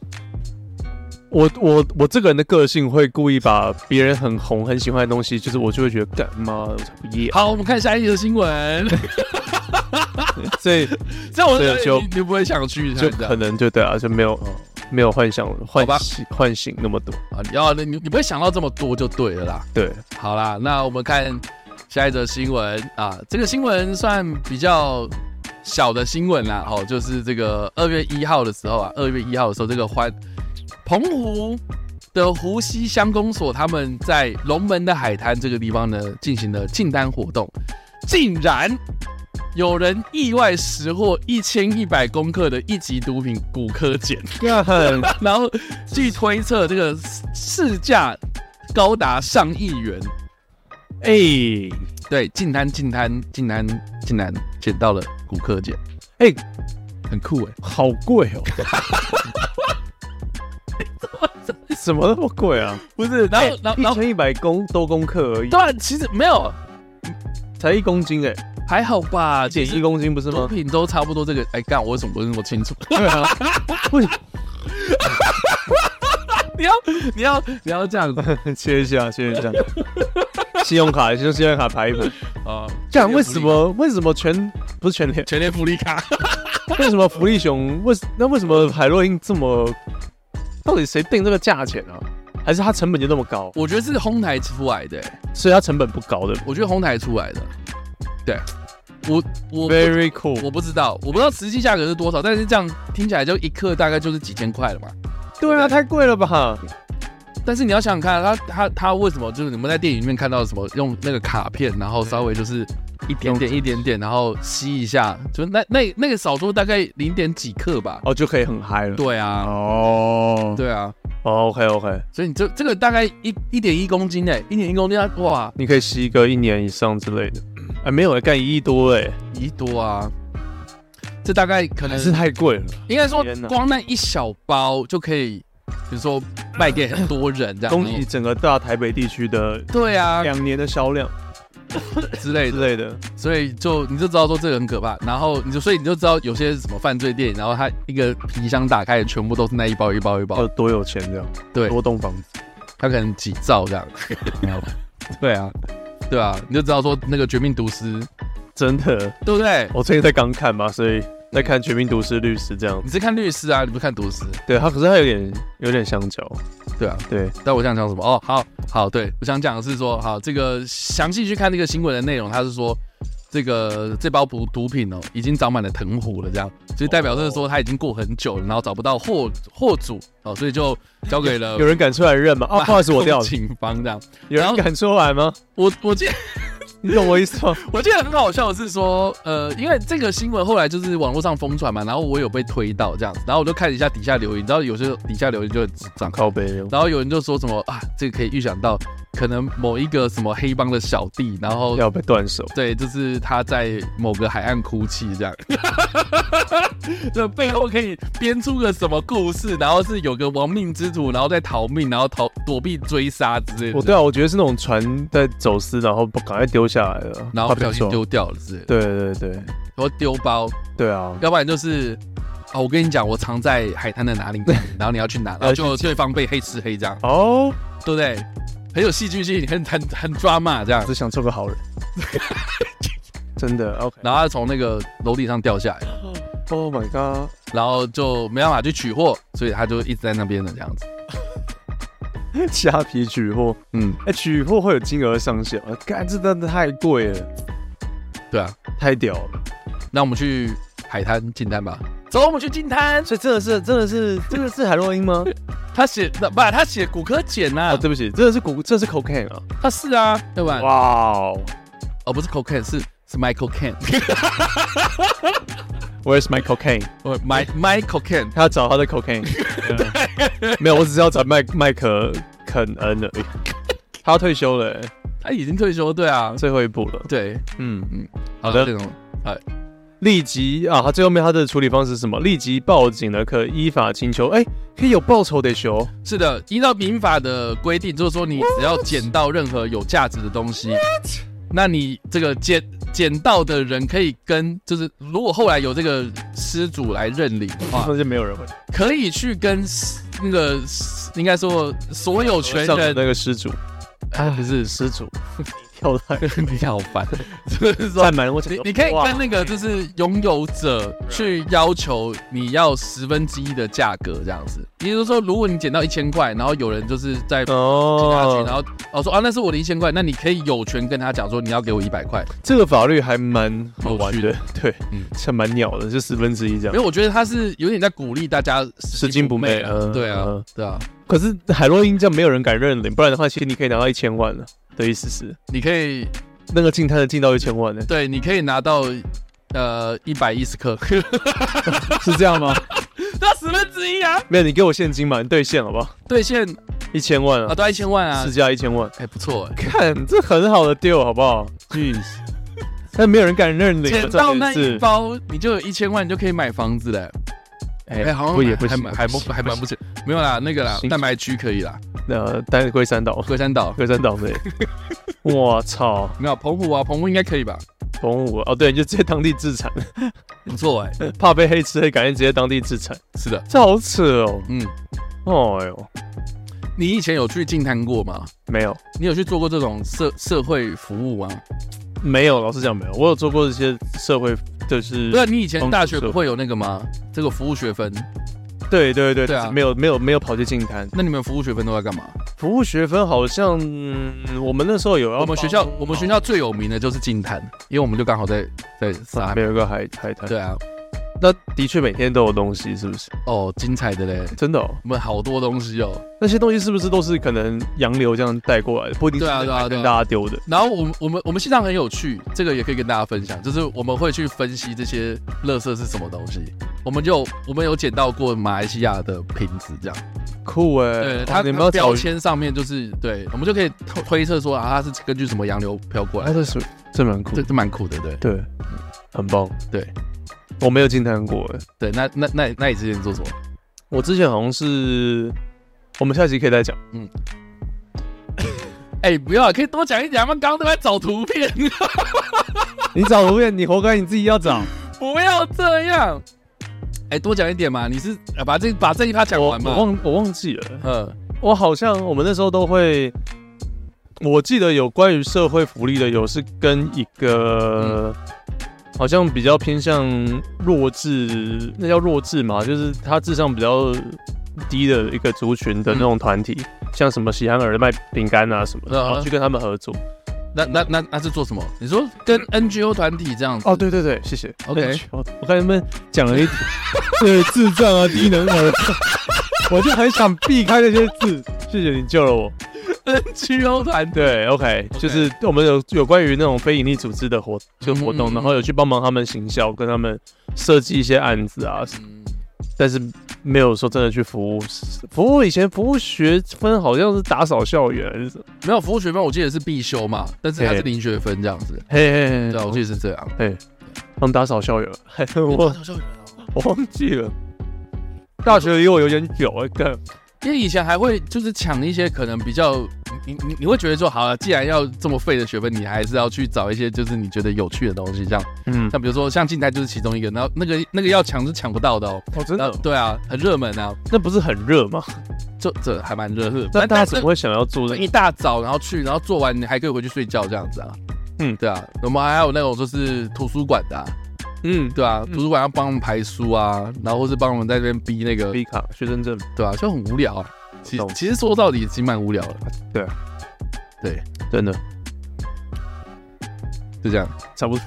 我我我这个人的个性会故意把别人很红很喜欢的东西，就是我就会觉得干妈的我才不要， *laughs* 好，我们看下一集的新闻。 *laughs* 所以这我对就你你不会想去就参加可能就对啊，就没有没有幻想唤哦吧醒唤醒那么多。啊？你要你你不会想到这么多就对了啦。对，好啦，那我们看下一则新闻啊，这个新闻算比较小的新闻啦，哦，就是这个二月一号的时候啊，二月一号的时候，这个环澎湖的湖西乡公所他们在龙门的海滩这个地方呢进行了进单活动，竟然有人意外拾获一千一百公克的一级毒品古柯碱。干 *laughs* 然后据推测，这个市价高达上亿元。 *laughs* 哎、对，进滩进滩进滩竟然捡到了骨科碱，哎、很酷哎、好贵哦、怎么那么贵啊？不是，哎然后然后然后，一千一百公多公克而已，对啊，其实没有，才一公斤哎、还好吧，减一公斤不是毒吗？品都差不多这个。哎，干，我为什么不是那么清楚？ *laughs* 对啊， *laughs* 喂，你要你要你要这样子切一下，切一下，信用卡，先用信用卡排一排。啊？干为什么为什么全不是全脸？全年福利卡？为什么福利熊为那为什么海洛因这么？到底谁定这个价钱啊？还是它成本就那么高？ *laughs* 我觉得是哄抬出来的、哎所以它成本不高的。我觉得哄抬出来的。对，我我 Very cool。我不知道，我不知道实际价格是多少，但是这样听起来就一克大概就是几千块了嘛。对啊，太贵了吧？但是你要想想看，啊他他他为什么就是你们在电影里面看到什么用那个卡片，然后稍微就是一点点一点点，然后吸一下，就那那那个少说大概零点几克吧。哦，就可以很嗨了。对啊，哦，对啊，哦，OK OK，所以你这这个大概一一点一公斤哎、一点一公斤啊，哇，你可以吸个一年以上之类的。哎，没有哎，干一亿多哎，一多啊。这大概可能还是太贵了。应该说天，哪光那一小包就可以，比如说卖给很多人这样。哦恭喜整个大台北地区的对啊两年的销量之类之的。类的。所以就你就知道说这个很可怕，然后你就所以你就知道有些什么犯罪电影，然后他一个皮箱打开，全部都是那一包一包一包哦，，多有钱这样，对多栋房子。他可能几兆这样。对啊，对啊，你就知道说那个《绝命毒师》，真的，对不对？我最近在刚看嘛，所以在看《绝命毒师律师》这样你。是看律师啊，你不是看毒师？嗯对他，可是他有点有点香蕉。对啊，对，但我想讲什么？哦，好好，对我想讲的是说，好，这个详细去看这个新闻的内容，他是说。这个这包毒毒品哦，已经长满了藤壶了，这样，所以代表就是说他已经过很久了，然后找不到货货主哦，所以就交给了有人敢出来 *laughs* 认 *laughs* 吗？啊，不好意思，我掉了。警方这样，有然人后敢出来吗？我我记得 *laughs* 你懂我意思吗？我记得很好笑的是说，呃，因为这个新闻后来就是网络上疯传嘛，然后我有被推到这样子，然后我就看了一下底下留言，你知道有些底下留言就很智障， *laughs* 靠背哦，然后有人就说什么啊，这个可以预想到可能某一个什么黑帮的小弟，然后要被断手。对，就是他在某个海岸哭泣这样，就背后可以编出个什么故事，然后是有个亡命之徒，然后在逃命，然后逃躲避追杀之类的。我对啊，我觉得是那种船在走私，然后不赶快丢下来了，然后怕不被小心撞。丢掉了之类的，对对对然后丢包，对啊，要不然就是啊，我跟你讲，我藏在海滩的哪里，然后你要去拿，然后就对方被黑吃黑这样，哦，对不对？很有戏剧性，很很很 drama 这样，只想做个好 *laughs* 人，真的 OK。然后他从那个楼顶上掉下来， Oh my god！然后就没办法去取货，所以他就一直在那边的这样子。虾皮取货，嗯，哎、取货会有金额上限吗？干，这真的太贵了，对啊，太屌了。那我们去海滩进滩吧。走，我们去进滩。所以真的是，真的是，真的是海洛因吗？他写不，他写骨科碱呐、 *laughs* 啊，对不起，真的是古，这是 cocaine 啊！他是啊，对吧？哇哦哦，不是 cocaine，是是 Michael *laughs* Can， ，Where's my cocaine？哦，My My cocaine。他要找他的 *laughs* cocaine，对没有，我只是要找麦麦克肯恩而已。他要退休了、欸他已经退休，对啊，最后一步了。对，嗯，好的的，这种立即啊，他最后面他的处理方式是什么？立即报警了，可依法请求。哎、可以有报酬得求。是的，依照民法的规定，就是说你只要捡到任何有价值的东西那你这个捡捡到的人可以跟，就是如果后来有这个失主来认领的话，那就没有人会。可以去跟那个应该说所有权上次人，那个失主，哎，不是， *laughs* 失 *laughs* 主跳台你好烦， *laughs* 就是说站满了，我想你说你可以哇跟那个就是拥有者去要求你要十分之一的价格这样子，也就是说，如果你捡到一千块，然后有人就是在警察局，然后哦，哦说啊那是我的一千块，那你可以有权跟他讲说你要给我一百块，这个法律还蛮好玩有的，对，嗯这蛮鸟的，就十分之一这因样为。我觉得他是有点在鼓励大家拾拾金不昧啊嗯对啊嗯，对啊，可是海洛因这样没有人敢认领，不然的话，其实你可以拿到一千万了啊的意思是，你可以那个进摊的进到一千万呢、 *laughs* 对，你可以拿到呃一百一十克， *laughs* 是这样 *laughs* 吗？那十分之一啊，没有，你给我现金嘛，你兑现好不好？兑现一千万啊啊，都要一千万啊市，价一千万，哎不错 *laughs* 哎，看这很好的 deal 好不好？但没有人敢认领，啊捡到那重点一是包你就有一千万，你就可以买房子嘞。哎、哎，好像不也不还行，蛮还蛮还蛮不行，没有啦，那个啦，行蛋白区可以啦，呃，单归三岛， *laughs* 龟山岛龟山岛 *laughs* 对。我操，没有，澎湖啊，澎湖应该可以吧？洪武哦，对，你就直接当地自产， *laughs* 不错哎、怕被黑吃黑，赶紧直接当地自产，是的，这好扯哦。嗯，哦哎呦，你以前有去进滩过吗？没有你有去做过这种社社会服务吗？没有，老实讲没有，我有做过一些社会，就是对啊，你以前帮助大学社不会会有那个吗？这个服务学分，对对对对啊就是没有没有没有跑去进摊，那你们服务学分都在干嘛？服务学分好像、嗯我们那时候有要我们学校帮我们学校最有名的就是进滩，因为我们就刚好在在沙旁面。边有一个海海滩，对啊，那的确每天都有东西，是不是？哦，精彩的嘞，真的、哦，我们好多东西哦。那些东西是不是都是可能洋流这样带过来的，不一定是对啊对啊对啊跟大家丢的。然后我们我们我们线上很有趣，这个也可以跟大家分享，就是我们会去分析这些垃圾是什么东西。我们就我们有捡到过马来西亚的瓶子，这样，酷哎、对哦它你们它要标找签上面就是对，我们就可以推推测说啊，它是根据什么洋流飘过哎，来，这是这蛮酷这，这蛮酷的，对对，很棒，对。我没有进摊过哎，对。那那那那你之前做什么？我之前好像是，我们下集可以再讲。哎，不要，可以多讲一点吗？刚刚都在找图片， *laughs* *laughs* 你找图片，你活该你自己要 *laughs* 找。不要这样。哎，多讲一点嘛，你是啊把这把这一趴讲哎我完我嘛？忘我忘记了，嗯，我好像我们那时候都会，我记得有关于社会福利的，有是跟一个、好像比较偏向弱智，那叫弱智嘛，就是他智商比较低的一个族群的那种团体，像什么喜憨儿卖饼干啊什么嗯的，嗯然后去跟他们合作。那那那那是做什么？你说跟 NGO 团体这样子？ *laughs* 哦，对对对，谢谢。 OK 哎我我看他们讲 *laughs* 了一，对智障啊， *laughs* 低能儿，我就很想避开那些字。谢谢你救了我。 NGO 团队，对，OK，就是我们有有关于那种非营利组织的活就活嗯嗯动，嗯然后有去帮忙他们行销，跟他们设计一些案子啊嗯，的但是没有说真的去服务。服务以前服务学分好像是打扫校园还是什么，没有服务学分，我记得是必修嘛，但是它是嘿零学分这样子。嘿嘿对啊，我嘿，记得是这样。哎他们打扫校园，嘿 *laughs* 我校园啊我忘记了。大学离我有点久，哎干因为以前还会就是抢一些可能比较，你你你会觉得说，好了，既然要这么废的学分，你还是要去找一些就是你觉得有趣的东西，这样。嗯，像比如说像近代就是其中一个，然后那个那个要抢是抢不到的哦。哦，真那的，对啊，很热门啊，那不是很热吗？这这还蛮热的。那但大家但怎是么会想要做那一大早然后去，然后做完你还可以回去睡觉这样子啊。嗯对啊，我们还有那种就是图书馆的、啊，嗯，对啊，嗯图书馆要帮我们排书啊，然后或是帮我们在这边逼那个， B 卡学生证，对啊，就很无聊、啊。其懂其实说到底，其实蛮无聊的，真的就这样。差不多。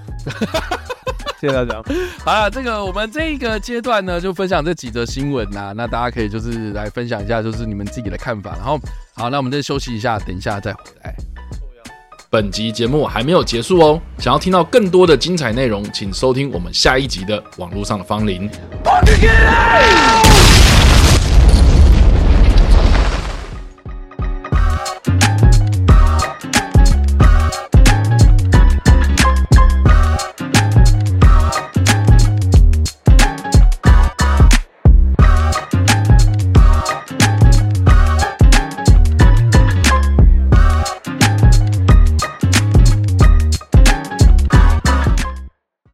*laughs* 谢谢大家。好了，这个我们这个阶段呢，就分享这几则新闻呐、那大家可以就是来分享一下，就是你们自己的看法。然后，好，那我们再休息一下，等一下再回来。本集节目还没有结束哦，想要听到更多的精彩内容，请收听我们下一集的《网络上的芳龄》。